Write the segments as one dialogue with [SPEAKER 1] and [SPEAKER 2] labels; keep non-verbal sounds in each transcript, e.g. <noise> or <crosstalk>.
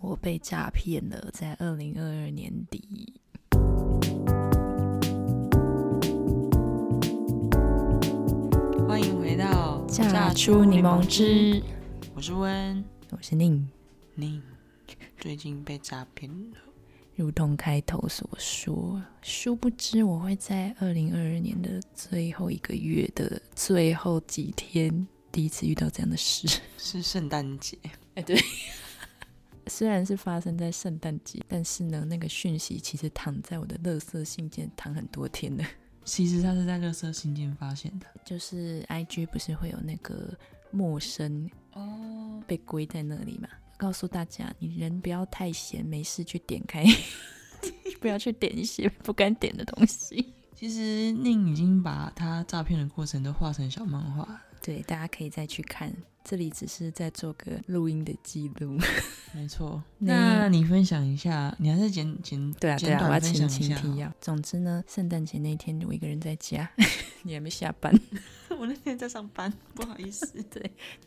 [SPEAKER 1] 我被诈骗了，在二零二二年底。
[SPEAKER 2] 欢迎回到
[SPEAKER 1] 榨出柠檬汁，
[SPEAKER 2] 我是温，
[SPEAKER 1] 我是宁。
[SPEAKER 2] 你最近被诈骗了，
[SPEAKER 1] 如同开头所说，殊不知我会在二零二二年的最后一个月的最后几天，第一次遇到这样的事。
[SPEAKER 2] 是圣诞节，
[SPEAKER 1] 哎，对， <laughs> 虽然是发生在圣诞节，但是呢，那个讯息其实躺在我的垃圾信件躺很多天了。
[SPEAKER 2] 其实他是在热色信件发现的
[SPEAKER 1] 就是 IG 不是会有那个陌生
[SPEAKER 2] 哦。
[SPEAKER 1] 被归在那里嘛？告诉大家，你人不要太闲，没事去点开， <laughs> 不要去点一些 <laughs> 不该点的东西。
[SPEAKER 2] 其实宁已经把他诈骗的过程都画成小漫画了，
[SPEAKER 1] 对，大家可以再去看，这里只是在做个录音的记录。
[SPEAKER 2] 没错。
[SPEAKER 1] 你
[SPEAKER 2] 那你分享一下，你还是简简
[SPEAKER 1] <laughs> 对啊，对
[SPEAKER 2] 简
[SPEAKER 1] 啊，我要
[SPEAKER 2] 短分
[SPEAKER 1] 前
[SPEAKER 2] 享
[SPEAKER 1] 情
[SPEAKER 2] 一下
[SPEAKER 1] 提
[SPEAKER 2] 好。
[SPEAKER 1] 要。总之呢，圣诞节那天我一个人在家， <laughs> 你还没下班，
[SPEAKER 2] 我那天在上班，不好意 <laughs> 思。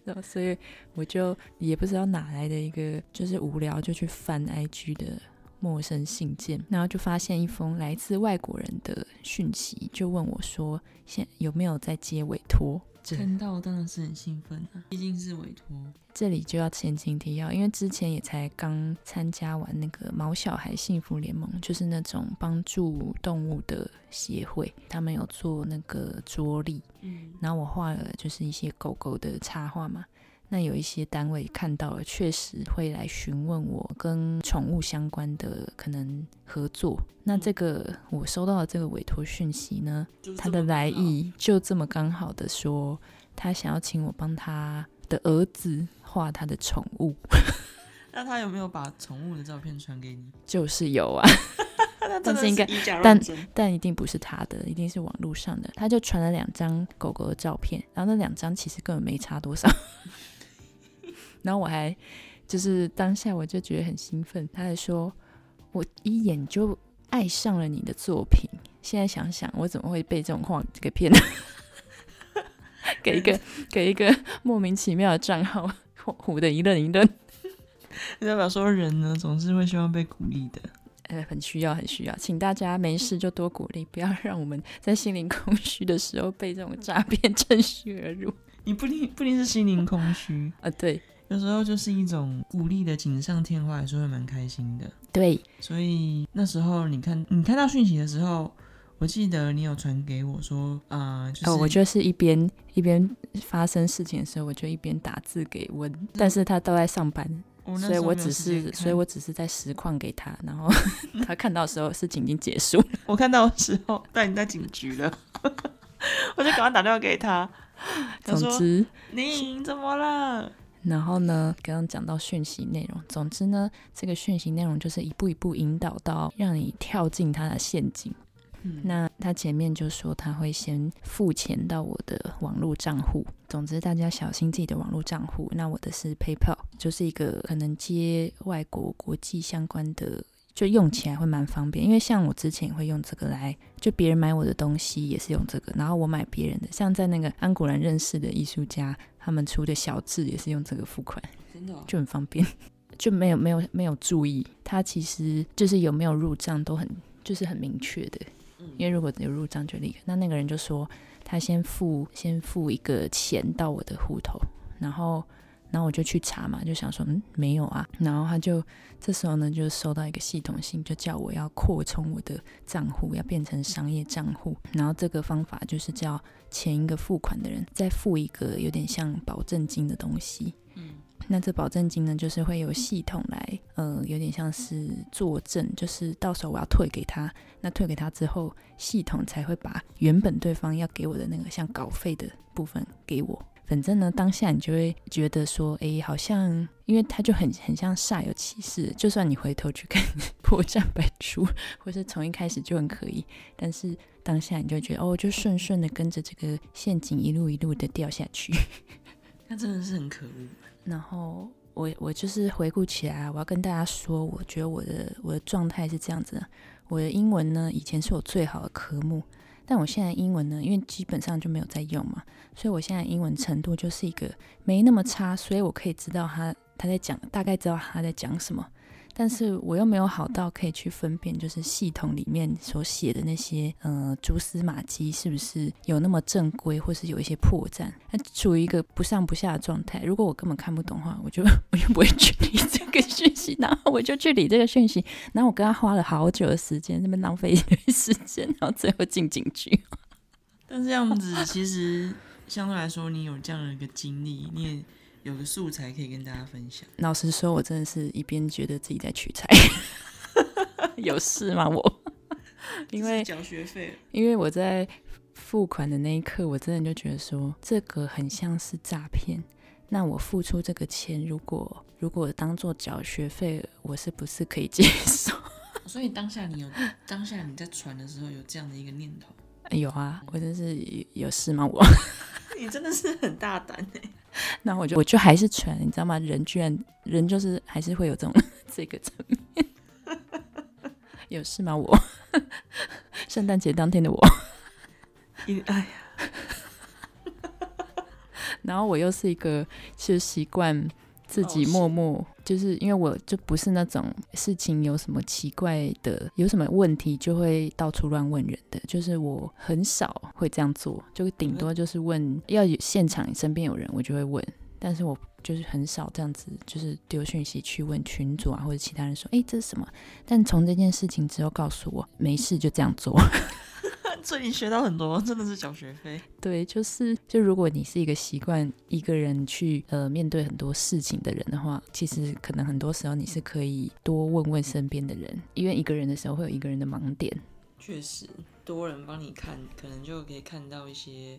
[SPEAKER 1] 然后所以我就也不知道哪来的一个，就是无聊就去翻 IG 的陌生信件，然后就发现一封来自外国人的讯息，就问我说现有没有在接委托。这
[SPEAKER 2] 看到当然是很兴奋啊，毕竟是委托。
[SPEAKER 1] 这里就要前情提要，因为之前也才刚参加完那个毛小孩幸福联盟，就是那种帮助动物的协会，他们有做那个桌历，
[SPEAKER 2] 嗯，
[SPEAKER 1] 然后我画了就是一些狗狗的插画嘛。那有一些单位看到了，确实会来询问我跟宠物相关的可能合作。那这个我收到的这个委托讯息呢，他的来意就这么刚好的说，他想要请我帮他的儿子画他的宠物， <laughs>
[SPEAKER 2] 那他有没有把宠物的照片传给你？
[SPEAKER 1] 就是有啊。
[SPEAKER 2] 那
[SPEAKER 1] 但是应该
[SPEAKER 2] 以假
[SPEAKER 1] 但
[SPEAKER 2] 真。
[SPEAKER 1] 但一定不是他的，一定是网络上的。他就传了两张狗狗的照片，然后那两张其实根本没差多少。 <laughs> 然后我还就是当下我就觉得很兴奋，他还说我一眼就爱上了你的作品。现在想想，我怎么会被这种话给骗了？ <laughs> 给一个给一个莫名其妙的账号， <laughs> 唬的一愣一愣。
[SPEAKER 2] 代表说人呢，总是会希望被鼓励的。
[SPEAKER 1] 呃，很需要，很需要，请大家没事就多鼓励，不要 <laughs> 让我们在心灵空虚的时候被这种诈骗趁虚而入。
[SPEAKER 2] 你不一定不一定是心灵空 <laughs> 虚，
[SPEAKER 1] 啊，对
[SPEAKER 2] 有时候就是一种鼓励的锦上添花，还是会蛮开心的。
[SPEAKER 1] 对，
[SPEAKER 2] 所以那时候你看你看到讯息的时候，我记得你有传给我说，啊，就是、
[SPEAKER 1] 哦，我就是一边一边发生事情的时候，我就一边打字给温，但是他都在上班，
[SPEAKER 2] 嗯我那
[SPEAKER 1] 所以
[SPEAKER 2] 时候
[SPEAKER 1] 我
[SPEAKER 2] 没有
[SPEAKER 1] 只
[SPEAKER 2] 时间
[SPEAKER 1] 是，
[SPEAKER 2] 看
[SPEAKER 1] 所以我只是在实况给他，然
[SPEAKER 2] <laughs>
[SPEAKER 1] 后他看到的时候事情已经结束了。
[SPEAKER 2] 我看到的时候，他已经在警局了， <laughs> 我就赶快打电话给他，他
[SPEAKER 1] 总
[SPEAKER 2] 说
[SPEAKER 1] 之，
[SPEAKER 2] 你怎么了？
[SPEAKER 1] 然后呢，刚刚讲到讯息内容，总之呢，这个讯息内容就是一步一步引导到让你跳进他的陷阱。
[SPEAKER 2] 嗯
[SPEAKER 1] 那他前面就说他会先付钱到我的网络账户，总之大家小心自己的网络账户。那我的是 PayPal，就是一个可能接外国国际相关的，就用起来会蛮方便。因为像我之前也会用这个来，就别人买我的东西也是用这个，然后我买别人的，像在那个安古兰认识的艺术家，他们出的小志也是用这个付款。
[SPEAKER 2] 真的、哦，
[SPEAKER 1] 就很方便，就没有没有没有注意，它其实就是有没有入账都很就是很明确的，
[SPEAKER 2] 嗯
[SPEAKER 1] 因为如果有入账就立刻。那那个人就说他先付先付一个钱到我的户头，然后然后我就去查嘛，就想说嗯没有啊，然后他就这时候呢就收到一个系统信，就叫我要扩充我的账户，要变成商业账户，然后这个方法就是叫前一个付款的人再付一个有点像保证金的东西，
[SPEAKER 2] 嗯
[SPEAKER 1] 那这保证金呢，就是会由系统来，呃，有点像是作证，就是到时候我要退给他，那退给他之后，系统才会把原本对方要给我的那个像稿费的部分给我。反正呢，当下你就会觉得说，诶，好像，因为他就很很像煞有其事，就算你回头去看破绽百出，或是从一开始就很可疑，但是当下你就觉得，哦，就顺顺的跟着这个陷阱一路一路的掉下去。
[SPEAKER 2] 那真的是很可恶。
[SPEAKER 1] 然后我我就是回顾起来，我要跟大家说，我觉得我的我的状态是这样子的。我的英文呢，以前是我最好的科目，但我现在英文呢，因为基本上就没有在用嘛，所以我现在英文程度就是一个没那么差，所以我可以知道他他在讲，大概知道他在讲什么。但是我又没有好到可以去分辨，就是系统里面所写的那些呃蛛丝马迹是不是有那么正规，或是有一些破绽，它处于一个不上不下的状态。如果我根本看不懂的话，我就我就不会去理这个讯息，然后我就去理这个讯息，然后我跟他花了好久的时间，那边浪费一堆时间，然后最后进警局。
[SPEAKER 2] 但是这样子 <laughs> 其实相对来说，你有这样的一个经历，你也有个素材可以跟大家分享。
[SPEAKER 1] 老实说，我真的是一边觉得自己在取材， <laughs> 有事吗我？因为
[SPEAKER 2] 这是缴学费了，
[SPEAKER 1] 因为我在付款的那一刻，我真的就觉得说，这个很像是诈骗。那我付出这个钱，如果如果当做缴学费，我是不是可以接受？
[SPEAKER 2] 哦所以当下你有当下你在传的时候有这样的一个念头，
[SPEAKER 1] 有啊，我真是有事吗我？ <laughs>
[SPEAKER 2] 你真的是很大胆 <laughs> 哎、
[SPEAKER 1] 那我就我就还是蠢，你知道吗？人居然人就是还是会有这种这个层面， <laughs> 有事吗我？ <laughs> 圣诞节当天的我，
[SPEAKER 2] 因为哎呀，
[SPEAKER 1] 然后我又是一个是习惯自己
[SPEAKER 2] 哦是
[SPEAKER 1] 默默，就是因为我就不是那种事情有什么奇怪的，有什么问题就会到处乱问人的，就是我很少会这样做，就顶
[SPEAKER 2] 嗯
[SPEAKER 1] 多就是问，要有现场身边有人我就会问，但是我。就是很少这样子，就是丢讯息去问群主啊，或者其他人说，哎、这是什么？但从这件事情之后，告诉我没事就这样做。
[SPEAKER 2] 所以你学到很多，真的是缴学费。
[SPEAKER 1] 对，就是就如果你是一个习惯一个人去呃面对很多事情的人的话，其实可能很多时候你是可以多问问身边的人，因为一个人的时候会有一个人的盲点。
[SPEAKER 2] 确实，多人帮你看，可能就可以看到一些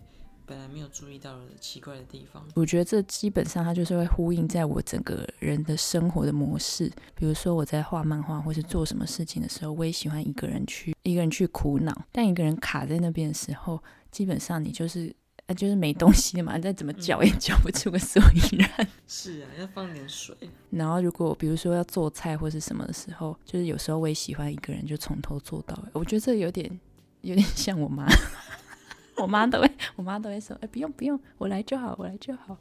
[SPEAKER 2] 本来没有注意到的奇怪的地方。
[SPEAKER 1] 我觉得这基本上它就是会呼应在我整个人的生活的模式，比如说我在画漫画或是做什么事情的时候，我也喜欢一个人去一个人去苦恼，但一个人卡在那边的时候，基本上你就是。啊，就是没东西的嘛，你再怎么搅也搅不出个所以然。
[SPEAKER 2] 是啊，要放点水。
[SPEAKER 1] 然后，如果比如说要做菜或是什么的时候，就是有时候我也喜欢一个人就从头做到尾。我觉得这有点 <laughs> 有点像我妈， <laughs> 我妈都会，我妈都会说：“哎、不用不用，我来就好，我来就好。”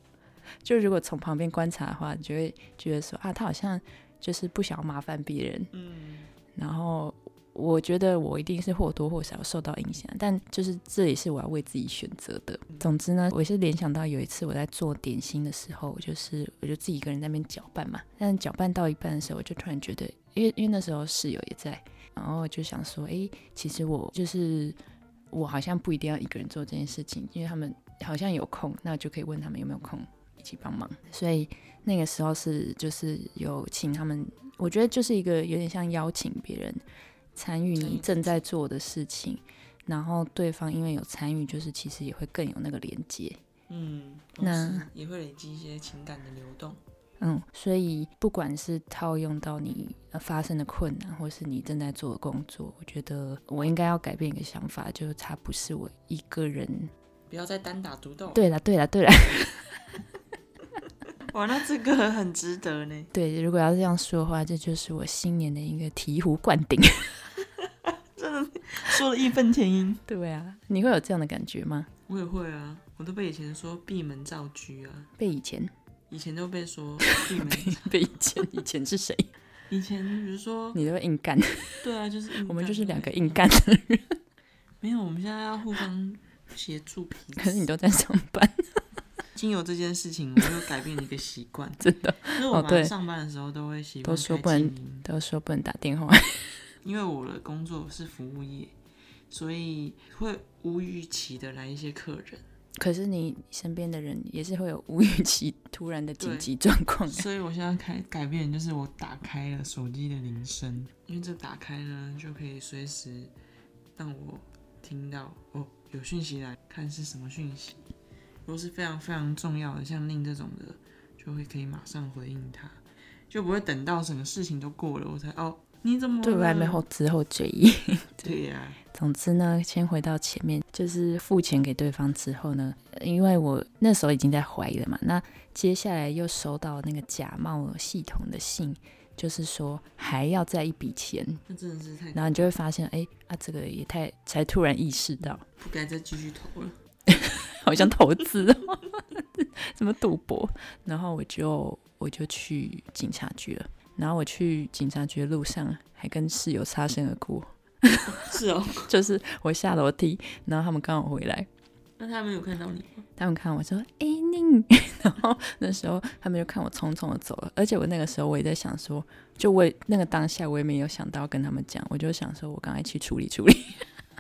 [SPEAKER 1] 就如果从旁边观察的话，你就会觉得说啊，她好像就是不想要麻烦别人。
[SPEAKER 2] 嗯，
[SPEAKER 1] 然后我觉得我一定是或多或少受到影响，但就是这也是我要为自己选择的。总之呢，我是联想到有一次我在做点心的时候，我就是我就自己一个人在那边搅拌嘛，但搅拌到一半的时候，我就突然觉得，因为因为那时候室友也在，然后我就想说，诶，其实我就是我好像不一定要一个人做这件事情，因为他们好像有空，那我就可以问他们有没有空一起帮忙。所以那个时候是就是有请他们，我觉得就是一个有点像邀请别人参与
[SPEAKER 2] 参与
[SPEAKER 1] 你正在做的事情，然后对方因为有参与，就是其实也会更有那个连接。
[SPEAKER 2] 嗯，
[SPEAKER 1] 那
[SPEAKER 2] 同时也会累积一些情感的流动。
[SPEAKER 1] 嗯，所以不管是套用到你呃发生的困难，或是你正在做的工作，我觉得我应该要改变一个想法，就是它不是我一个人。
[SPEAKER 2] 不要再单打独斗。，
[SPEAKER 1] 对啦，对啦，对 <laughs> 啦，
[SPEAKER 2] <laughs> 哇，那这个很值
[SPEAKER 1] <laughs>
[SPEAKER 2] 得呢。
[SPEAKER 1] 对。如果要这样说的话，这就是我新年的一个醍醐灌顶。 <laughs>
[SPEAKER 2] 说的义愤填膺。
[SPEAKER 1] 对啊，你会有这样的感觉吗？
[SPEAKER 2] <laughs> 我也会啊，我都被以前说闭门造车啊，
[SPEAKER 1] 被以前，
[SPEAKER 2] 以前都被说闭门。
[SPEAKER 1] <laughs> 被以前，以前是谁？
[SPEAKER 2] 以前比如说，
[SPEAKER 1] <laughs> 你都会硬干，
[SPEAKER 2] 对啊，就是硬
[SPEAKER 1] 嗯我们
[SPEAKER 2] 干
[SPEAKER 1] 就是
[SPEAKER 2] 对不
[SPEAKER 1] 两个
[SPEAKER 2] 对
[SPEAKER 1] 硬干的人，
[SPEAKER 2] 没有，我们现在要互相协助彼
[SPEAKER 1] <laughs>
[SPEAKER 2] 此。
[SPEAKER 1] 可是你都在上班，
[SPEAKER 2] 经由这件事情，我又改变了一个习惯，
[SPEAKER 1] 真的 <laughs>
[SPEAKER 2] 就是我
[SPEAKER 1] 哦
[SPEAKER 2] 晚
[SPEAKER 1] 对
[SPEAKER 2] 上上班的时候都会习惯
[SPEAKER 1] 都说
[SPEAKER 2] 开
[SPEAKER 1] 不能
[SPEAKER 2] 静音
[SPEAKER 1] 都说不能打电话。 <laughs>
[SPEAKER 2] 因为我的工作是服务业，所以会无预期的来一些客人，
[SPEAKER 1] 可是你身边的人也是会有无预期突然的紧急状 <laughs> 况，
[SPEAKER 2] 所以我现在开改变就是我打开了手机的铃声，因为这打开呢就可以随时让我听到哦有讯息来，看是什么讯息，如果是非常非常重要的，像令这种的，就会可以马上回应他，就不会等到整个事情都过了我才哦你怎么
[SPEAKER 1] 对我还
[SPEAKER 2] 了
[SPEAKER 1] 没后知后觉意。
[SPEAKER 2] 对呀、
[SPEAKER 1] <laughs> 总之呢，先回到前面，就是付钱给对方之后呢，呃因为我那时候已经在怀疑了嘛，那接下来又收到那个假冒系统的信，就是说还要再一笔钱，
[SPEAKER 2] 那真的是太
[SPEAKER 1] 然后你就会发现，哎、啊，这个也太才突然意识到， <laughs>
[SPEAKER 2] 不该再继续投了。
[SPEAKER 1] 好像投资哦， <laughs> 怎么赌博？然后我就我就去警察局了。然后我去警察局的路上还跟室友擦身而过，
[SPEAKER 2] 是哦，
[SPEAKER 1] 就是我下楼梯，然后他们刚好回来，
[SPEAKER 2] 那他们有看到你吗？
[SPEAKER 1] 他们看我说：“哎、你。” <laughs> 然后那时候他们就看我匆匆的走了，而且我那个时候我也在想说，就我也那个当下我也没有想到要跟他们讲，我就想说我赶快去处理处理。 <laughs>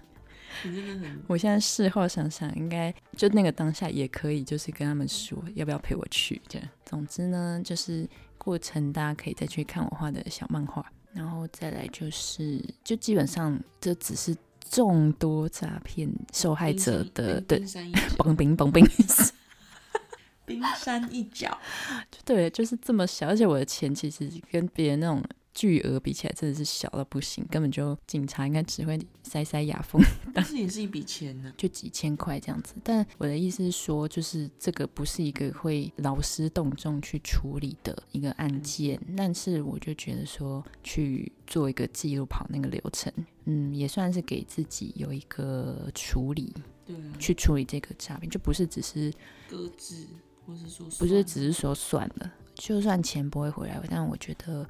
[SPEAKER 2] 你真的很
[SPEAKER 1] 我现在事后想想，应该就那个当下也可以，就是跟他们说要不要陪我去这样。总之呢，就是过程大家可以再去看我画的小漫画，然后再来就是，就基本上这只是众多诈骗受害者的的
[SPEAKER 2] 冰山一角，
[SPEAKER 1] 蹦冰蹦冰。
[SPEAKER 2] 冰山一角，
[SPEAKER 1] 对，就是这么小，而且我的钱其实跟别人那种巨额比起来，真的是小到不行，根本就警察应该只会塞塞牙缝，
[SPEAKER 2] 但是也是一笔钱呢、
[SPEAKER 1] 就几千块这样子。但我的意思是说，就是这个不是一个会劳师动众去处理的一个案件，但是我就觉得说，去做一个记录跑那个流程，嗯，也算是给自己有一个处理，
[SPEAKER 2] 对啊，
[SPEAKER 1] 去处理这个诈骗，就不是只是
[SPEAKER 2] 搁置，或是说
[SPEAKER 1] 不
[SPEAKER 2] 算
[SPEAKER 1] 是
[SPEAKER 2] 了
[SPEAKER 1] 只是说算了，就算钱不会回来，但我觉得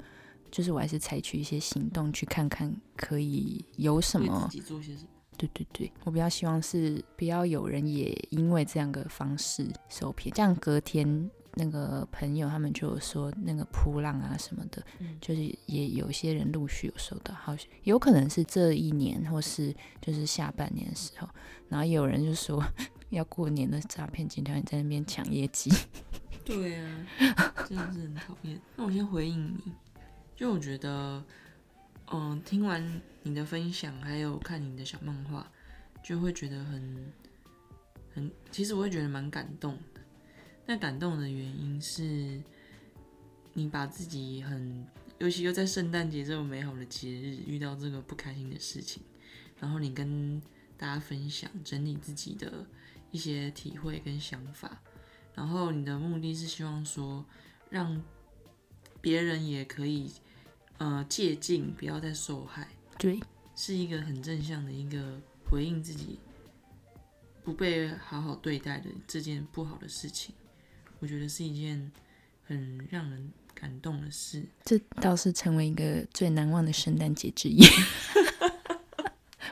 [SPEAKER 1] 就是我还是采取一些行动去看看可以有什
[SPEAKER 2] 为
[SPEAKER 1] 么
[SPEAKER 2] 自。己做些什么？
[SPEAKER 1] 对对对，我比较希望是不要有人也因为这样的方式受骗，这样隔天。那个朋友他们就有说，那个扑浪啊什么的，
[SPEAKER 2] 嗯
[SPEAKER 1] 就是也有一些人陆续有收到，好像有可能是这一年，或是就是下半年的时候，然后也有人就说 <laughs> 要过年的诈骗集团在那边抢业绩， <laughs>
[SPEAKER 2] 对啊，真的是很讨厌。那我先回应你，就我觉得，嗯，听完你的分享，还有看你的小漫画，就会觉得很很，其实我会觉得蛮感动的。那感动的原因是，你把自己很，尤其又在圣诞节这么美好的节日，遇到这个不开心的事情，然后你跟大家分享，整理自己的一些体会跟想法。然后你的目的是希望说，让别人也可以呃借鉴，不要再受害，
[SPEAKER 1] 对，
[SPEAKER 2] 是一个很正向的一个回应自己不被好好对待的这件不好的事情，我觉得是一件很让人感动的事。
[SPEAKER 1] 这倒是成为一个最难忘的圣诞节之一。 <laughs>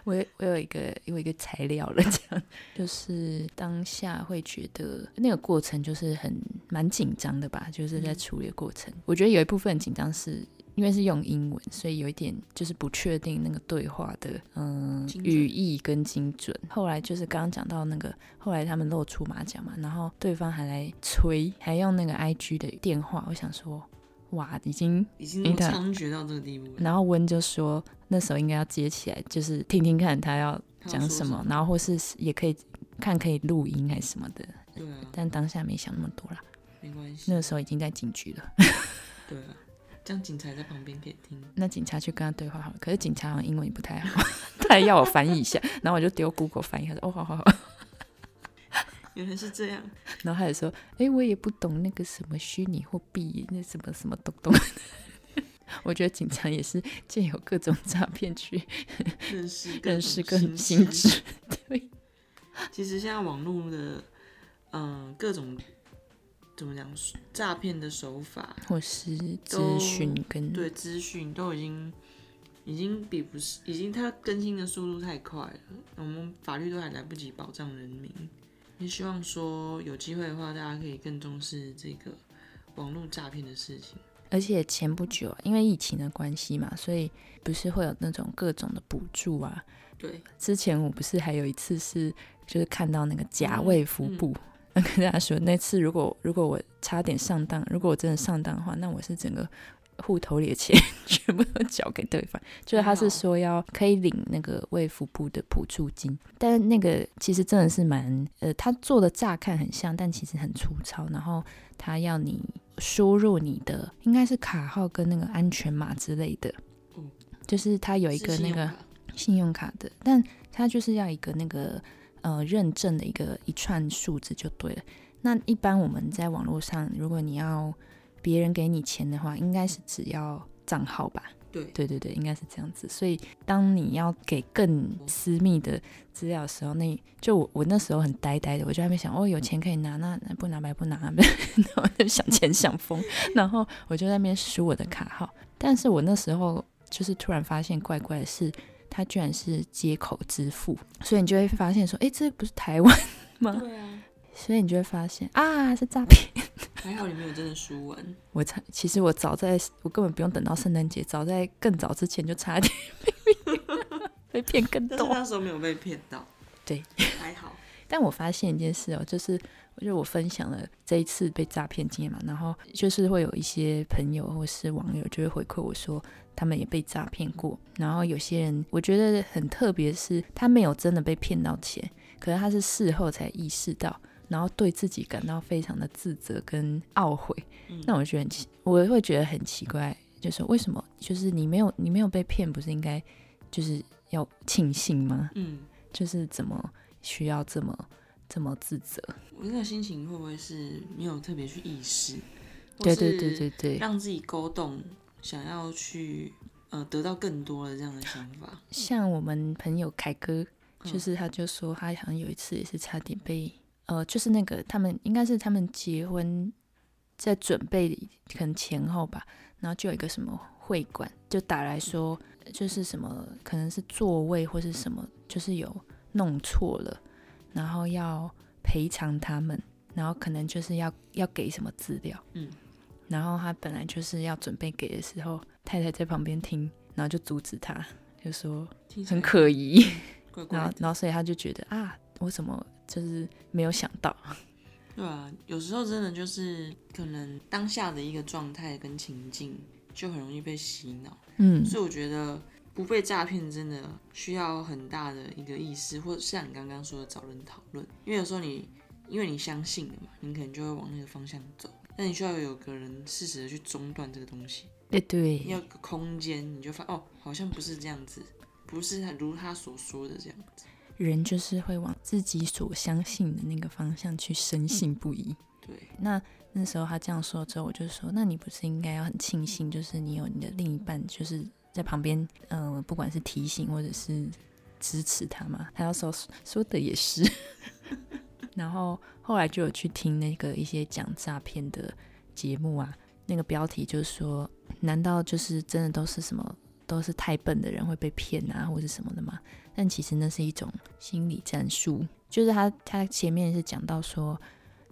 [SPEAKER 1] 我有我有一个有一个材料了，这样就是当下会觉得那个过程就是很蛮紧张的吧，就是在处理的过程。我觉得有一部分紧张是因为是用英文，所以有一点就是不确定那个对话的嗯
[SPEAKER 2] 精准
[SPEAKER 1] 语义跟精准。后来就是刚刚讲到那个，后来他们露出马脚嘛，然后对方还来催，还用那个 IG 的电话，我想说哇，已经
[SPEAKER 2] 已经那么
[SPEAKER 1] 你的
[SPEAKER 2] 猖獗到这个地步了，
[SPEAKER 1] 然后温就说那时候应该要接起来，就是听听看他要
[SPEAKER 2] 他要
[SPEAKER 1] 讲
[SPEAKER 2] 哦说
[SPEAKER 1] 什么，？然后或是也可以看可以录音还是什么的。
[SPEAKER 2] 对啊，
[SPEAKER 1] 但当下没想那么多啦，
[SPEAKER 2] 没关系
[SPEAKER 1] 那。个时候已经在警局了。
[SPEAKER 2] 对啊，这样警察在旁边可以听。
[SPEAKER 1] 那警察去跟他对话好了，可是警察好像英文也不太好， <laughs> 他还要我翻译一下，然后我就丢 Google 翻译，他说哦好好好，
[SPEAKER 2] 原来是这样，
[SPEAKER 1] 然后他也说哎我也不懂那个什么虚拟货币那什么什么东东。 <laughs> 我觉得警察也是借由各种诈骗去
[SPEAKER 2] 认识各
[SPEAKER 1] 认
[SPEAKER 2] 种
[SPEAKER 1] 识更
[SPEAKER 2] 新
[SPEAKER 1] 新
[SPEAKER 2] 知
[SPEAKER 1] 知，对，
[SPEAKER 2] 其实现在网络的，嗯、各种怎么讲，诈骗的手法，
[SPEAKER 1] 或是
[SPEAKER 2] 都
[SPEAKER 1] 资讯跟
[SPEAKER 2] 对资讯都已经已经比不是，已经它更新的速度太快了，我们法律都还来不及保障人民。也希望说有机会的话，大家可以更重视这个网络诈骗的事情。
[SPEAKER 1] 而且前不久啊因为疫情的关系嘛，所以不是会有那种各种的补助啊。
[SPEAKER 2] 对，
[SPEAKER 1] 之前我不是还有一次是，就是看到那个假卫福
[SPEAKER 2] 嗯
[SPEAKER 1] 部，嗯 <laughs> 那跟大家说，那次如果如果我差点上当，如果我真的上当的话，那我是整个户头里的钱全部都缴给对方。就是他是说要可以领那个卫福部的补助金，但那个其实真的是蛮呃，他做的乍看很像，但其实很粗糙。然后他要你输入你的应该是卡号跟那个安全码之类的
[SPEAKER 2] 嗯，
[SPEAKER 1] 就是他有一
[SPEAKER 2] 是
[SPEAKER 1] 个
[SPEAKER 2] 信
[SPEAKER 1] 那
[SPEAKER 2] 用
[SPEAKER 1] 个。
[SPEAKER 2] 卡
[SPEAKER 1] 信用卡的，但它就是要一个那个呃认证的一个一串数字就对了。那一般我们在网络上，如果你要别人给你钱的话，应该是只要账号吧？
[SPEAKER 2] 对
[SPEAKER 1] 对对对，应该是这样子。所以当你要给更私密的资料的时候，那就我我那时候很呆呆的，我就在那边想，哦，有钱可以拿，那那不拿白不拿，啊 <laughs> 然后就想钱想疯，然后我就在那边输我的卡号。但是我那时候就是突然发现怪怪的是，它居然是接口支付，所以你就会发现说，诶，这不是台湾 <laughs> 吗？
[SPEAKER 2] 对啊，
[SPEAKER 1] 所以你就会发现啊，是诈骗。
[SPEAKER 2] 还好你没有真的输完。
[SPEAKER 1] 我才其实我早在我根本不用等到圣诞节，早在更早之前就差点 <laughs> 被骗更
[SPEAKER 2] 但是
[SPEAKER 1] 多。
[SPEAKER 2] 那时候没有被骗到，
[SPEAKER 1] 对，
[SPEAKER 2] 还好。
[SPEAKER 1] <laughs> 但我发现一件事哦，就是我觉得我分享了这一次被诈骗经验嘛，然后就是会有一些朋友或是网友就会回馈我说，他们也被诈骗过。然后有些人我觉得很特别是，他没有真的被骗到钱，可是他是事后才意识到，然后对自己感到非常的自责跟懊悔。
[SPEAKER 2] 嗯
[SPEAKER 1] 那我觉得很奇，我会觉得很奇怪，就是为什么就是你没有你没有被骗，不是应该就是要庆幸吗？
[SPEAKER 2] 嗯，
[SPEAKER 1] 就是怎么需要这么这么自责？
[SPEAKER 2] 我那个心情会不会是没有特别去意识？或
[SPEAKER 1] 对对
[SPEAKER 2] 是
[SPEAKER 1] 对对对，
[SPEAKER 2] 让自己勾动，想要去呃得到更多的这样的想法。
[SPEAKER 1] 像我们朋友凯哥，
[SPEAKER 2] 嗯
[SPEAKER 1] 就是他就说他好像有一次也是差点被呃，就是那个他们应该是他们结婚在准备可能前后吧，然后就有一个什么会馆就打来说，就是什么可能是座位或是什么，就是有弄错了，然后要赔偿他们，然后可能就是要要给什么资料，
[SPEAKER 2] 嗯，
[SPEAKER 1] 然后他本来就是要准备给的时候，太太在旁边听，然后就阻止他，就说
[SPEAKER 2] 听起
[SPEAKER 1] 很
[SPEAKER 2] 来
[SPEAKER 1] 可啊疑，
[SPEAKER 2] 怪怪
[SPEAKER 1] 然后
[SPEAKER 2] 的，
[SPEAKER 1] 然后所以他就觉得啊，我怎么就是没有想到，
[SPEAKER 2] 对啊，有时候真的就是可能当下的一个状态跟情境，就很容易被洗脑。
[SPEAKER 1] 嗯
[SPEAKER 2] 所以我觉得不被诈骗真的需要很大的一个意识，或者像你刚刚说的找人讨论，因为有时候你因为你相信了嘛，你可能就会往那个方向走。那你需要有个人适时的去中断这个东西，
[SPEAKER 1] 哎
[SPEAKER 2] 你
[SPEAKER 1] 对
[SPEAKER 2] 要有个空间，你就发哦，好像不是这样子，不是他如他所说的这样子。
[SPEAKER 1] 人就是会往自己所相信的那个方向去深信不疑。
[SPEAKER 2] 对，
[SPEAKER 1] 那那时候他这样说之后，我就说，那你不是应该要很庆幸，就是你有你的另一半，就是在旁边，嗯、不管是提醒或者是支持他嘛。他那时候说说的也是， <laughs> 然后后来就有去听那个一些讲诈骗的节目啊，那个标题就是说，难道就是真的都是什么？都是太笨的人会被骗啊，或者什么的吗？但其实那是一种心理战术，就是他他前面是讲到说，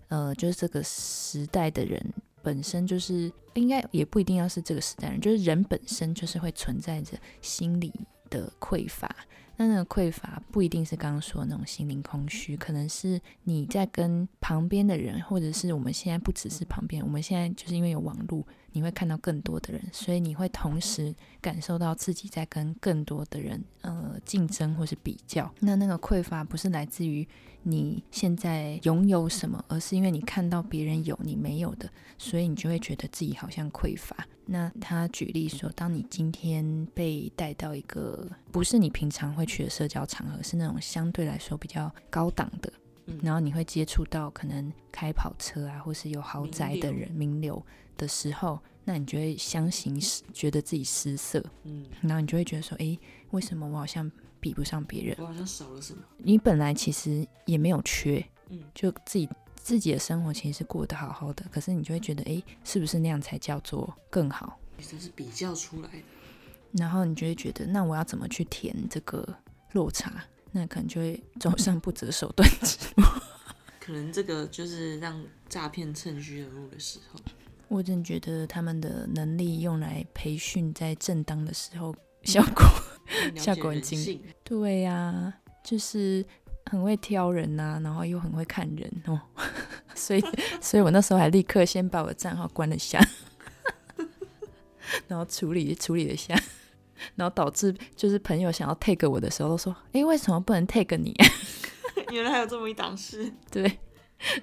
[SPEAKER 1] 呃，就是这个时代的人本身就是应该也不一定要是这个时代人，就是人本身就是会存在着心理的匮乏。那那个匮乏不一定是刚刚说的那种心灵空虚，可能是你在跟旁边的人，或者是我们现在不只是旁边，我们现在就是因为有网络，你会看到更多的人，所以你会同时感受到自己在跟更多的人呃竞争或是比较。那那个匮乏不是来自于你现在拥有什么，而是因为你看到别人有你没有的，所以你就会觉得自己好像匮乏。那他举例说，当你今天被带到一个不是你平常会去的社交场合，是那种相对来说比较高档的，
[SPEAKER 2] 嗯
[SPEAKER 1] 然后你会接触到可能开跑车啊，或是有豪宅的人、名流的时候，那你就会相形失，觉得自己失色，
[SPEAKER 2] 嗯，
[SPEAKER 1] 然后你就会觉得说，诶，为什么我好像比不上别人？
[SPEAKER 2] 我好像少了什么。
[SPEAKER 1] 你本来其实也没有缺，
[SPEAKER 2] 嗯，
[SPEAKER 1] 就自己自己的生活其实是过得好好的，可是你就会觉得，诶，是不是那样才叫做更好？
[SPEAKER 2] 都是比较出来的。
[SPEAKER 1] 然后你就会觉得，那我要怎么去填这个落差？那可能就会走上不择手段之路。
[SPEAKER 2] 可能这个就是让诈骗趁虚而入的时
[SPEAKER 1] <laughs>
[SPEAKER 2] 候。
[SPEAKER 1] 我真觉得他们的能力用来培训，在正当的时候效果
[SPEAKER 2] 了解
[SPEAKER 1] 效果很
[SPEAKER 2] 人
[SPEAKER 1] 惊
[SPEAKER 2] 性，
[SPEAKER 1] 对呀、就是很会挑人呐、然后又很会看人哦， <laughs> 所以，所以我那时候还立刻先把我的账号关了下， <laughs> 然后处理处理了一下， <laughs> 然后导致就是朋友想要 take 我的时候都说，诶，为什么不能 take 你、啊？
[SPEAKER 2] <laughs> 原来还有这么一档
[SPEAKER 1] <laughs>
[SPEAKER 2] 事。
[SPEAKER 1] 对，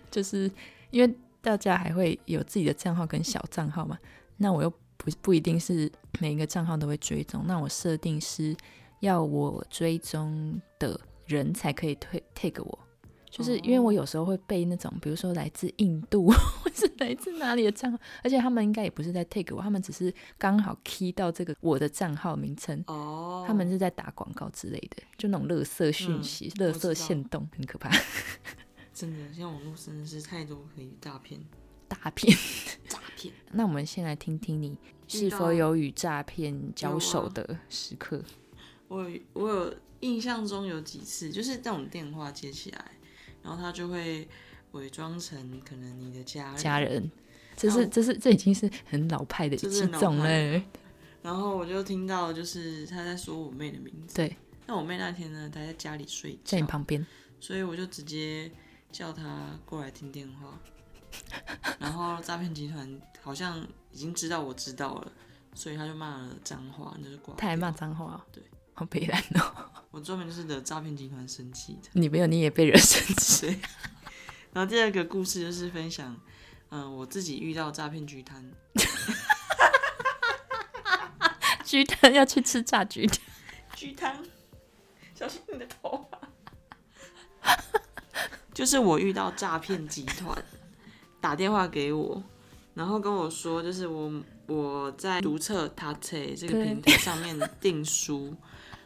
[SPEAKER 1] 就是因为大家还会有自己的账号跟小账号嘛，那我又不不一定是每一个账号都会追踪，那我设定是要我追踪的人才可以退 take 我，就是因
[SPEAKER 2] 哦
[SPEAKER 1] 为我有时候会背那种，比如说来自印度 <laughs> 或是来自哪里的账号，而且他们应该也不是在 take 我，他们只是刚好 key 到这个我的账号名称，
[SPEAKER 2] 哦，
[SPEAKER 1] 他们是在打广告之类的，就那种垃圾讯息、垃
[SPEAKER 2] 嗯我知道
[SPEAKER 1] 圾限动，很可怕， <laughs>
[SPEAKER 2] 真的，现在网络真的是太多可以诈骗，
[SPEAKER 1] 大片。
[SPEAKER 2] 诈骗。
[SPEAKER 1] 那我们先来听听你是
[SPEAKER 2] 遇嗯到
[SPEAKER 1] 否有与诈骗交
[SPEAKER 2] 有
[SPEAKER 1] 手
[SPEAKER 2] 啊
[SPEAKER 1] 的时刻。
[SPEAKER 2] 我有我有印象中有几次，就是这种电话接起来，然后他就会伪装成可能你的家人，
[SPEAKER 1] 家人，这
[SPEAKER 2] 然
[SPEAKER 1] 是
[SPEAKER 2] 后
[SPEAKER 1] 这是这已经是很老派的
[SPEAKER 2] 这是
[SPEAKER 1] 几
[SPEAKER 2] 很老
[SPEAKER 1] 种
[SPEAKER 2] 派的
[SPEAKER 1] 了。欸
[SPEAKER 2] 然后我就听到就是他在说我妹的名字。
[SPEAKER 1] 对，
[SPEAKER 2] 那我妹那天呢，她在家里睡觉，
[SPEAKER 1] 在你旁边，
[SPEAKER 2] 所以我就直接叫他过来听电话。然后诈骗集团好像已经知道我知道了，所以他就骂了脏话，那就是挂。
[SPEAKER 1] 他还骂脏话哦，
[SPEAKER 2] 对，
[SPEAKER 1] 好悲然哦。
[SPEAKER 2] 我专门就是惹诈骗集团生气的。
[SPEAKER 1] 你没有，你也被惹生 <laughs>
[SPEAKER 2] <laughs>
[SPEAKER 1] 气。
[SPEAKER 2] 对。然后第二个故事就是分享，嗯、我自己遇到诈骗集团，
[SPEAKER 1] 菊蛋要去吃炸菊蛋，
[SPEAKER 2] 鸡汤，小心你的头发。 <laughs> 就是我遇到诈骗集团打电话给我，然后跟我说，就是我我在读册他册这个
[SPEAKER 1] 对
[SPEAKER 2] 平台上面订书，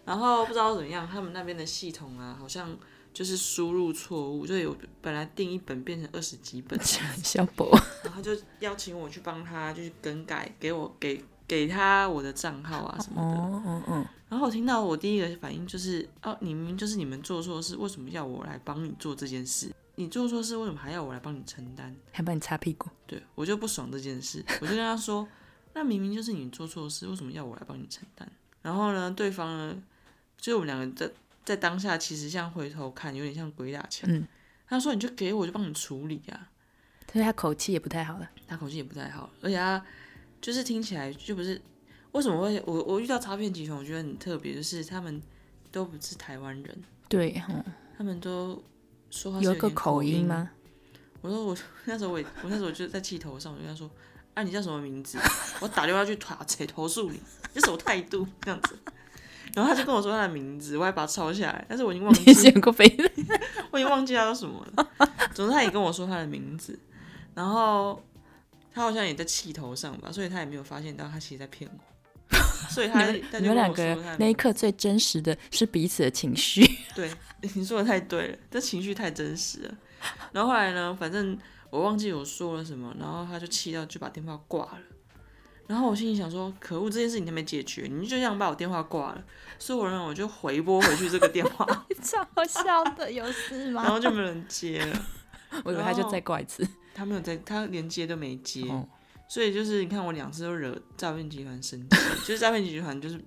[SPEAKER 2] 然后不知道怎么样，他们那边的系统啊，好像就是输入错误，就有本来订一本变成二十几本， <laughs>
[SPEAKER 1] <laughs> 小博
[SPEAKER 2] 然后就邀请我去帮他就是更改，给我给给他我的账号啊什么的。
[SPEAKER 1] 哦哦，
[SPEAKER 2] 然后我听到我第一个反应就是，哦，你明明就是你们做错事，为什么要我来帮你做这件事？你做错事，为什么还要我来帮你承担？
[SPEAKER 1] 还帮你擦屁股，
[SPEAKER 2] 对我就不爽这件事，我就跟他说， <laughs> 那明明就是你做错事，为什么要我来帮你承担？然后呢，对方呢，就是我们两个在在当下其实像回头看，有点像鬼打墙。
[SPEAKER 1] 嗯
[SPEAKER 2] 他说你就给我，我就帮你处理啊。
[SPEAKER 1] 所以他口气也不太好了。
[SPEAKER 2] 他口气也不太好，而且他就是听起来就不是为什么会我我遇到诈骗集团，我觉得很特别，就是他们都不是台湾人，
[SPEAKER 1] 对，哦
[SPEAKER 2] 他们都说话是
[SPEAKER 1] 有一
[SPEAKER 2] 点
[SPEAKER 1] 个口
[SPEAKER 2] 音
[SPEAKER 1] 音？吗？
[SPEAKER 2] 我说我 <laughs> 那时候我也我那时候我就在气头上，我就跟他说：“啊，你叫什么名字？ <laughs> 我打电话去打谁投诉你，这什么态度？”这样子。然后他就跟我说他的名字，我还把它抄下来，但是我已经忘
[SPEAKER 1] 你
[SPEAKER 2] 记
[SPEAKER 1] 是有个肥人，
[SPEAKER 2] 我已经忘记他叫什么了。总之，他也跟我说他的名字，然后他好像也在气头上吧，所以他也没有发现到他其实在骗我，所以他他
[SPEAKER 1] 你
[SPEAKER 2] 就
[SPEAKER 1] 们
[SPEAKER 2] 跟
[SPEAKER 1] 两
[SPEAKER 2] 我
[SPEAKER 1] 个
[SPEAKER 2] 说他的
[SPEAKER 1] 那一
[SPEAKER 2] 名字
[SPEAKER 1] 刻最真实的是彼此的情
[SPEAKER 2] <laughs>
[SPEAKER 1] 绪。
[SPEAKER 2] 对，你说的太对了，这情绪太真实了。然后后来呢，反正我忘记我说了什么，然后他就气到就把电话挂了。然后我心里想说，可恶，这件事情还没解决，你就这样把我电话挂了，所以我呢我就回拨回去这个电话， <laughs>
[SPEAKER 1] 超笑的，有事
[SPEAKER 2] 然？后就没有人接了。
[SPEAKER 1] <laughs> 我以为他就再挂一次。
[SPEAKER 2] 他没有在，他连接都没接。
[SPEAKER 1] 哦，
[SPEAKER 2] 所以就是你看，我两次都惹诈骗集团生气，就是诈骗集团就是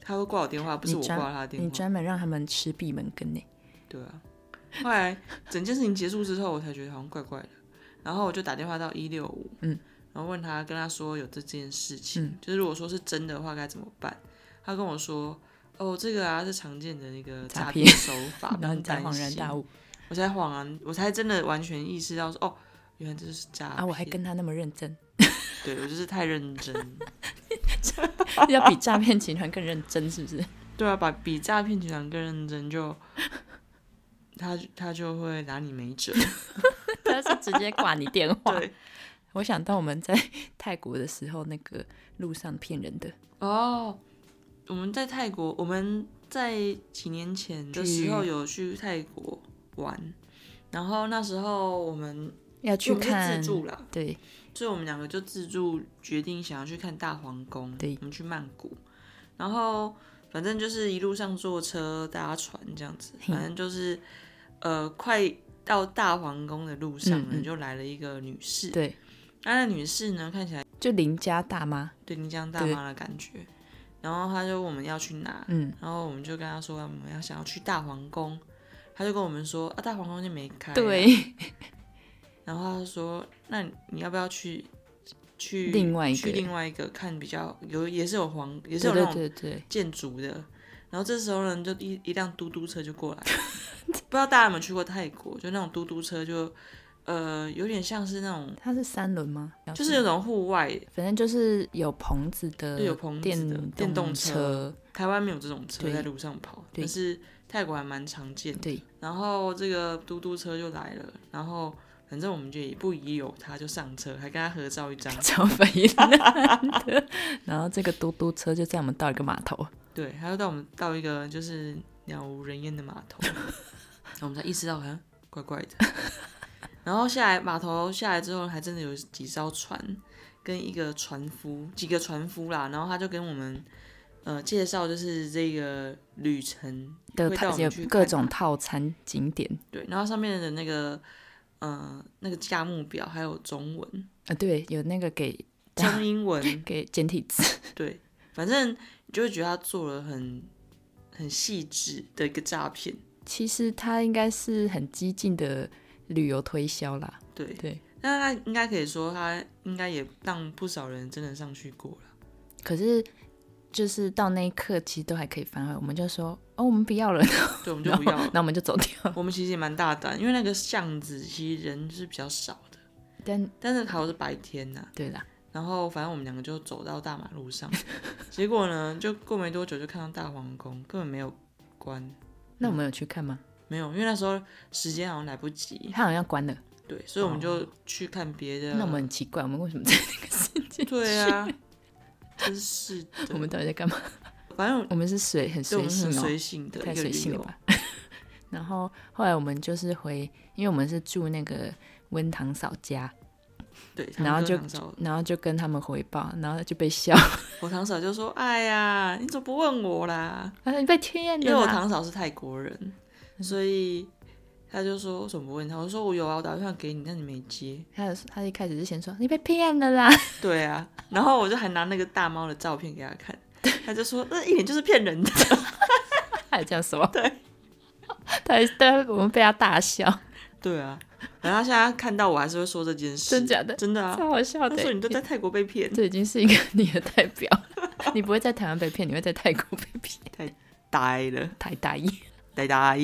[SPEAKER 2] 他会挂我电话，不是我
[SPEAKER 1] 你专
[SPEAKER 2] 挂他的电
[SPEAKER 1] 你
[SPEAKER 2] 话，
[SPEAKER 1] 专门让他们吃闭门羹呢？
[SPEAKER 2] 对啊。后来整件事情结束之后，我才觉得好像怪怪的，然后我就打电话到一六五，
[SPEAKER 1] 嗯，
[SPEAKER 2] 然后问他跟他说有这件事情，
[SPEAKER 1] 嗯
[SPEAKER 2] 就是如果说是真的话该怎么办？他跟我说。哦，这个啊是常见的那个
[SPEAKER 1] 诈
[SPEAKER 2] 诈
[SPEAKER 1] 骗
[SPEAKER 2] 骗手法，
[SPEAKER 1] <laughs> 然后你才恍然大
[SPEAKER 2] 悟，
[SPEAKER 1] 悟
[SPEAKER 2] 我才恍然，我才真的完全意识到说，哦，原来这就是诈骗
[SPEAKER 1] 啊！我还跟他那么认真， <laughs>
[SPEAKER 2] 对我就是太认真，
[SPEAKER 1] 要比诈骗集团更认真，是不是？ <laughs>
[SPEAKER 2] 对啊，把比诈骗集团更认真就，他他就会拿你没辙。
[SPEAKER 1] 他是直接挂你电话。
[SPEAKER 2] <laughs> 对，
[SPEAKER 1] 我想到我们在泰国的时候，那个路上骗人的，
[SPEAKER 2] 哦，我们在泰国，我们在几年前的时候有去泰国玩，然后那时候我们
[SPEAKER 1] 要
[SPEAKER 2] 因为
[SPEAKER 1] 去
[SPEAKER 2] 我们是
[SPEAKER 1] 看
[SPEAKER 2] 自。助啦，
[SPEAKER 1] 对，
[SPEAKER 2] 所以我们两个就自助决定想要去看大皇宫，
[SPEAKER 1] 对
[SPEAKER 2] 我们去曼谷，然后反正就是一路上坐车搭船这样子，
[SPEAKER 1] 嘿
[SPEAKER 2] 反正就是呃快到大皇宫的路上呢，
[SPEAKER 1] 嗯嗯
[SPEAKER 2] 就来了一个女士，
[SPEAKER 1] 对，
[SPEAKER 2] 那那女士呢看起来
[SPEAKER 1] 就邻家大妈，
[SPEAKER 2] 对丽江大妈的感觉，然后她就问我们要去哪，
[SPEAKER 1] 嗯，
[SPEAKER 2] 然后我们就跟她说我们要想要去大皇宫，她就跟我们说啊大皇宫就没开、，
[SPEAKER 1] 对，
[SPEAKER 2] 然后他说：“那你要不要去去
[SPEAKER 1] <laughs> 另外一个
[SPEAKER 2] 去另外一个看比较有也是有黄也是
[SPEAKER 1] 对
[SPEAKER 2] 有那
[SPEAKER 1] 对
[SPEAKER 2] 种
[SPEAKER 1] 对对，
[SPEAKER 2] 建筑的？”然后这时候呢，就一一辆嘟嘟车就过来了， <laughs> 不知道大家有没有去过泰国？就那种嘟嘟车就呃有点像是那种
[SPEAKER 1] 它是三轮吗？
[SPEAKER 2] 就是有种户外的，
[SPEAKER 1] 反正就是有棚子的，
[SPEAKER 2] 对有棚子的
[SPEAKER 1] 电
[SPEAKER 2] 电动
[SPEAKER 1] 动车，
[SPEAKER 2] 台湾没有这种车
[SPEAKER 1] 对
[SPEAKER 2] 在路上跑，
[SPEAKER 1] 对
[SPEAKER 2] 但是泰国还蛮常见的。
[SPEAKER 1] 对，。
[SPEAKER 2] 然后这个嘟嘟车就来了，然后反正我们就也不疑有他，就上车，还跟他合照一张
[SPEAKER 1] <laughs> 超肥男的。然后这个嘟嘟车就载我们到一个码
[SPEAKER 2] <laughs>
[SPEAKER 1] 头，
[SPEAKER 2] 对，他就带我们到一个就是鸟无人烟的码头，然后我们才意识到好像怪怪的。 <laughs> 然后下来码头下来之后，还真的有几艘船跟一个船夫，几个船夫啦。然后他就跟我们呃介绍，就是这个旅程
[SPEAKER 1] 的
[SPEAKER 2] 会带我
[SPEAKER 1] 它
[SPEAKER 2] 们
[SPEAKER 1] 有
[SPEAKER 2] 去
[SPEAKER 1] 各
[SPEAKER 2] 看
[SPEAKER 1] 种套餐景点
[SPEAKER 2] 对，然后上面的那个呃那个价目表还有中文、
[SPEAKER 1] 啊、呃对，有那个给
[SPEAKER 2] 中英文，
[SPEAKER 1] 给简体字， <laughs>
[SPEAKER 2] 对，反正你就会觉得他做了很很细致的一个诈骗。
[SPEAKER 1] 其实它应该是很激进的旅游推销啦。
[SPEAKER 2] 对
[SPEAKER 1] 对，
[SPEAKER 2] 那他应该可以说，他应该也让不少人真的上去过了。
[SPEAKER 1] 可是就是到那一刻，其实都还可以反悔，我们就说哦，我们不要了，
[SPEAKER 2] 对，我们就
[SPEAKER 1] 然
[SPEAKER 2] 不
[SPEAKER 1] 后
[SPEAKER 2] 要了。
[SPEAKER 1] <laughs> 那我们就走掉。
[SPEAKER 2] 我们其实也蛮大胆，因为那个巷子其实人是比较少的，
[SPEAKER 1] 但
[SPEAKER 2] 但是还好是白天呐、啊
[SPEAKER 1] 对啦，
[SPEAKER 2] 然后反正我们两个就走到大马路上，结果呢，就过没多久就看到大皇宫根本没有关，
[SPEAKER 1] 那我们有去看吗？
[SPEAKER 2] 没有，因为那时候时间好像来不及，
[SPEAKER 1] 它好像关了，
[SPEAKER 2] 对，所以我们就去看别的。
[SPEAKER 1] 那我们很奇怪，我们为什么在 <laughs> 那个时间？
[SPEAKER 2] 对
[SPEAKER 1] <laughs>
[SPEAKER 2] 啊，真是的，
[SPEAKER 1] 我们到底在干嘛？
[SPEAKER 2] 反正
[SPEAKER 1] 我们是随很
[SPEAKER 2] 对我
[SPEAKER 1] 随性
[SPEAKER 2] 们是很
[SPEAKER 1] 哦、
[SPEAKER 2] 随性的
[SPEAKER 1] 太
[SPEAKER 2] 一个
[SPEAKER 1] 随
[SPEAKER 2] 旅
[SPEAKER 1] 性了
[SPEAKER 2] 游
[SPEAKER 1] 吧。 <laughs> 然后后来我们就是回，因为我们是住那个温堂嫂家，
[SPEAKER 2] 对，
[SPEAKER 1] 然后
[SPEAKER 2] 堂哥
[SPEAKER 1] 就
[SPEAKER 2] 堂嫂
[SPEAKER 1] 然后就跟他们回报，然后就被笑， <laughs>
[SPEAKER 2] 我堂嫂就说：“哎呀，你怎么不问我啦？
[SPEAKER 1] 啊，嗯你被骗
[SPEAKER 2] 因为
[SPEAKER 1] 的
[SPEAKER 2] 我
[SPEAKER 1] 啦。
[SPEAKER 2] 堂嫂是泰国人，所以他就说为什么不问他？我说我有啊，我打电话给你，但你没接。
[SPEAKER 1] 他有他一开始是先说你被骗了
[SPEAKER 2] <laughs>
[SPEAKER 1] 啦， <laughs>
[SPEAKER 2] 对啊，然后我就还拿那个大猫的照片给他看，他就说那一脸就是骗人的。
[SPEAKER 1] 他还这样说，对， <laughs> 他还他我们被他大笑，
[SPEAKER 2] 对啊，然后他现在看到我还是会说这件事，
[SPEAKER 1] 真假的
[SPEAKER 2] 真的啊。
[SPEAKER 1] 超好笑
[SPEAKER 2] 他
[SPEAKER 1] 的
[SPEAKER 2] 说
[SPEAKER 1] 欸。
[SPEAKER 2] 你都在泰国被骗，
[SPEAKER 1] 这已经是一个你的代表， <laughs> 你不会在台湾被骗，你会在泰国被骗，
[SPEAKER 2] 呆了，
[SPEAKER 1] 太大意。
[SPEAKER 2] 呆
[SPEAKER 1] <laughs>
[SPEAKER 2] 呆。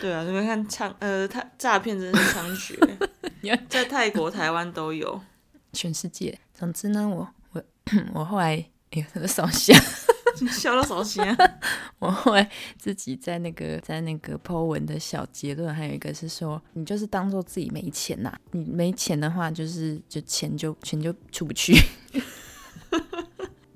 [SPEAKER 2] 对啊，你们看猖呃，他诈骗真是猖
[SPEAKER 1] <laughs> 你要
[SPEAKER 2] 獗，在泰国、台湾都有。
[SPEAKER 1] 全世界。总之呢，我我 <clears throat> 我后来哎呦，这个烧香，
[SPEAKER 2] <laughs> 笑到手心啊！
[SPEAKER 1] <laughs> 我后来自己在那个在那个 Po 文的小结论，还有一个是说，你就是当做自己没钱呐、你没钱的话，就是就钱就钱就出不去。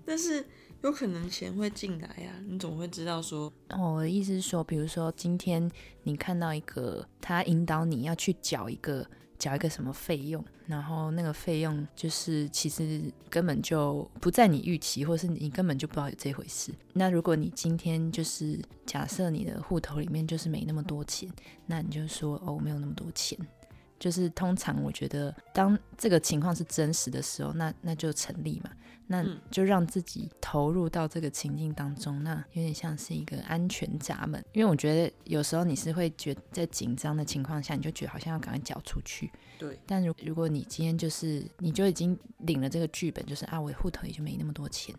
[SPEAKER 2] 但是有可能钱会进来呀、你总会知道说，
[SPEAKER 1] 哦我的意思是说，比如说今天你看到一个他引导你要去缴一个缴一个什么费用，然后那个费用就是其实根本就不在你预期，或是你根本就不知道有这回事。那如果你今天就是假设你的户头里面就是没那么多钱，那你就说哦，我没有那么多钱。就是通常我觉得，当这个情况是真实的时候，那那就成立嘛。那
[SPEAKER 2] 嗯
[SPEAKER 1] 就让自己投入到这个情境当中，那有点像是一个安全闸门。因为我觉得有时候你是会觉得在紧张的情况下，你就觉得好像要赶快缴出去。
[SPEAKER 2] 对，
[SPEAKER 1] 但如如果你今天就是你就已经领了这个剧本，就是啊，我户头也就没那么多钱，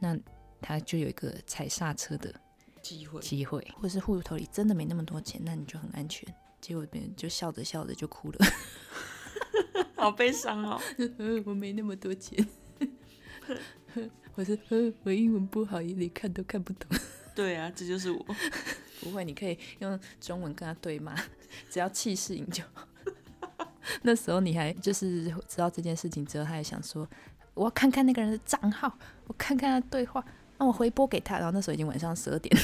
[SPEAKER 1] 那他就有一个踩刹车的
[SPEAKER 2] 机会
[SPEAKER 1] 机会，或是户头里真的没那么多钱，那你就很安全。结果别人就笑着笑着就哭了，
[SPEAKER 2] 好悲伤哦。
[SPEAKER 1] <laughs> 呃我没那么多 <laughs> 钱，我是呃我英文不好，也连看都看不懂。
[SPEAKER 2] 对啊，这就是我。
[SPEAKER 1] 不会，你可以用中文跟他对骂， <laughs> 只要气势赢就好。 <laughs> 那时候你还就是知道这件事情之后，他还想说，我要看看那个人的账号，我看看他对话，那我回拨给他。然后那时候已经晚上十二点，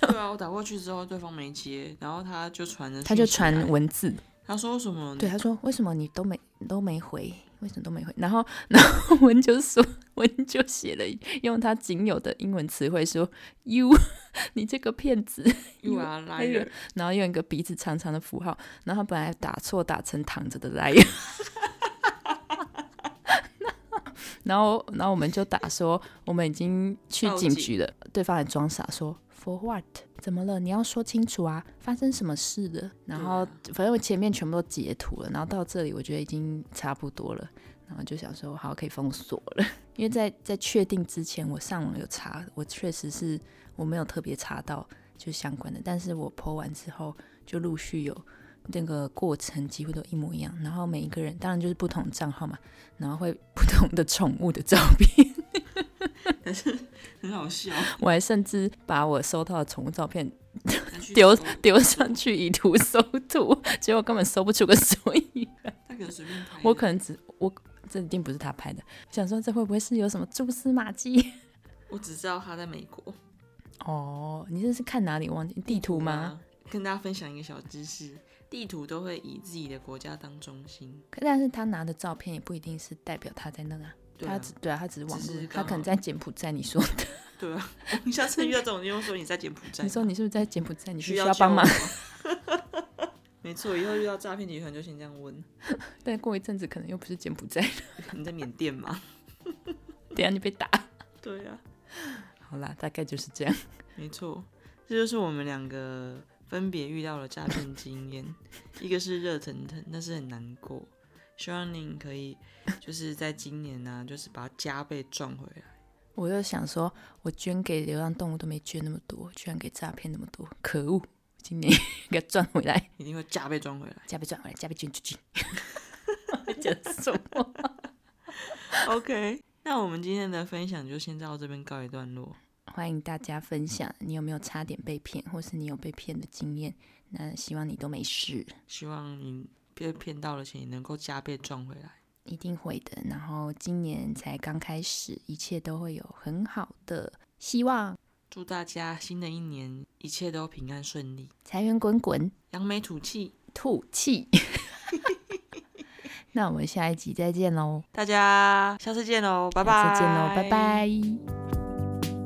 [SPEAKER 2] 对啊，我打过去之后，对方没接，然后他就传了，
[SPEAKER 1] 他就传，文字，
[SPEAKER 2] 他说什么？
[SPEAKER 1] <laughs> 对，他说为什么你都没你都没回，为什么都没回？ <laughs> 然后然后文就说，文就写了一用他仅有的英文词汇说，you，你 <laughs> 这个骗子。
[SPEAKER 2] ，You
[SPEAKER 1] <laughs>
[SPEAKER 2] are
[SPEAKER 1] 哎呦
[SPEAKER 2] liar。
[SPEAKER 1] 然后用一个鼻子长长的符号，然后他本来打错打成躺着的来， <laughs> 然后然后我们就打说我们已经去
[SPEAKER 2] 报
[SPEAKER 1] 警
[SPEAKER 2] 警
[SPEAKER 1] 局了，对方还装傻说 For what？怎么了？你要说清楚啊，发生什么事了？然后反正我前面全部都截图了，然后到这里我觉得已经差不多了，然后就想说好可以封锁了， <laughs> 因为在在确定之前我上网有查，我确实是我没有特别查到就相关的，但是我 po 完之后就陆续有那个过程几乎都一模一样，然后每一个人当然就是不同 <laughs> 账号嘛，然后会不同的宠物的照片，
[SPEAKER 2] 但是你很好笑，
[SPEAKER 1] 我还甚至把我收到的宠物照片
[SPEAKER 2] 拿去
[SPEAKER 1] 丢
[SPEAKER 2] 搜
[SPEAKER 1] <laughs> 丢上去以图搜图， <laughs> 结果根本搜不出个所以然。
[SPEAKER 2] 他可能随便拍的，
[SPEAKER 1] 我可能只我这一定不是他拍的，想说这会不会是有什么蛛丝马迹？ <laughs>
[SPEAKER 2] 我只知道他在美国
[SPEAKER 1] 哦，你这是看哪里忘记地图吗？？
[SPEAKER 2] 啊跟大家分享一个小知识，地图都会以自己的国家当中心，
[SPEAKER 1] 可但是他拿的照片也不一定是代表他在那个、啊，
[SPEAKER 2] 对
[SPEAKER 1] 他
[SPEAKER 2] 啊
[SPEAKER 1] 只对啊，他只是网
[SPEAKER 2] 只
[SPEAKER 1] 络
[SPEAKER 2] 是，
[SPEAKER 1] 他
[SPEAKER 2] 刚
[SPEAKER 1] 可能
[SPEAKER 2] 好
[SPEAKER 1] 在柬埔寨。你说 <laughs> 的，
[SPEAKER 2] 对啊，你下次遇到这种地方说你在柬埔寨，
[SPEAKER 1] 你说你是不是在柬埔寨？你是不
[SPEAKER 2] 需
[SPEAKER 1] 是
[SPEAKER 2] 要
[SPEAKER 1] 需要帮忙
[SPEAKER 2] 交？往吗。 <laughs> 没错，以后遇到诈骗集团就先这样问：
[SPEAKER 1] 但过一阵子可能又不是柬埔寨， <laughs>
[SPEAKER 2] 你在缅甸吗？
[SPEAKER 1] 等一下就被打。
[SPEAKER 2] <laughs> 对啊，
[SPEAKER 1] 好啦，大概就是这样。
[SPEAKER 2] 没错，这就是我们两个分别遇到了诈骗经验，一个是热腾腾，但是很难过。希望您可以就是在今年呢、就是把它加倍赚回来。
[SPEAKER 1] 我就想说，我捐给流浪动物都没捐那么多，居然给诈骗那么多，可恶！今年 <laughs> 给它赚回来，
[SPEAKER 2] 一定会加倍赚回来。
[SPEAKER 1] 加倍赚回来，加倍捐出去。 <laughs> 讲什么？
[SPEAKER 2] OK，那我们今天的分享就先到这边告一段落。
[SPEAKER 1] 欢迎大家分享你有没有差点被骗，或是你有被骗的经验。那希望你都没事，
[SPEAKER 2] 希望你被骗到的钱也能够加倍赚回来。
[SPEAKER 1] 一定会的。然后今年才刚开始，一切都会有很好的希望，
[SPEAKER 2] 祝大家新的一年一切都平安顺利，
[SPEAKER 1] 财源滚滚，
[SPEAKER 2] 扬眉吐气。
[SPEAKER 1] 吐气。 <laughs> 那我们下一集再见喽，
[SPEAKER 2] 大家下次见喽，拜拜！
[SPEAKER 1] 下次见喽，拜拜。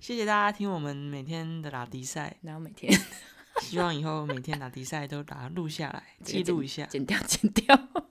[SPEAKER 2] 谢谢大家听我们每天的打迪赛，
[SPEAKER 1] 然后每天 <laughs>
[SPEAKER 2] 希望以后每天打迪赛都把它录下来，
[SPEAKER 1] 这个
[SPEAKER 2] 记录一下。
[SPEAKER 1] 剪掉，剪掉。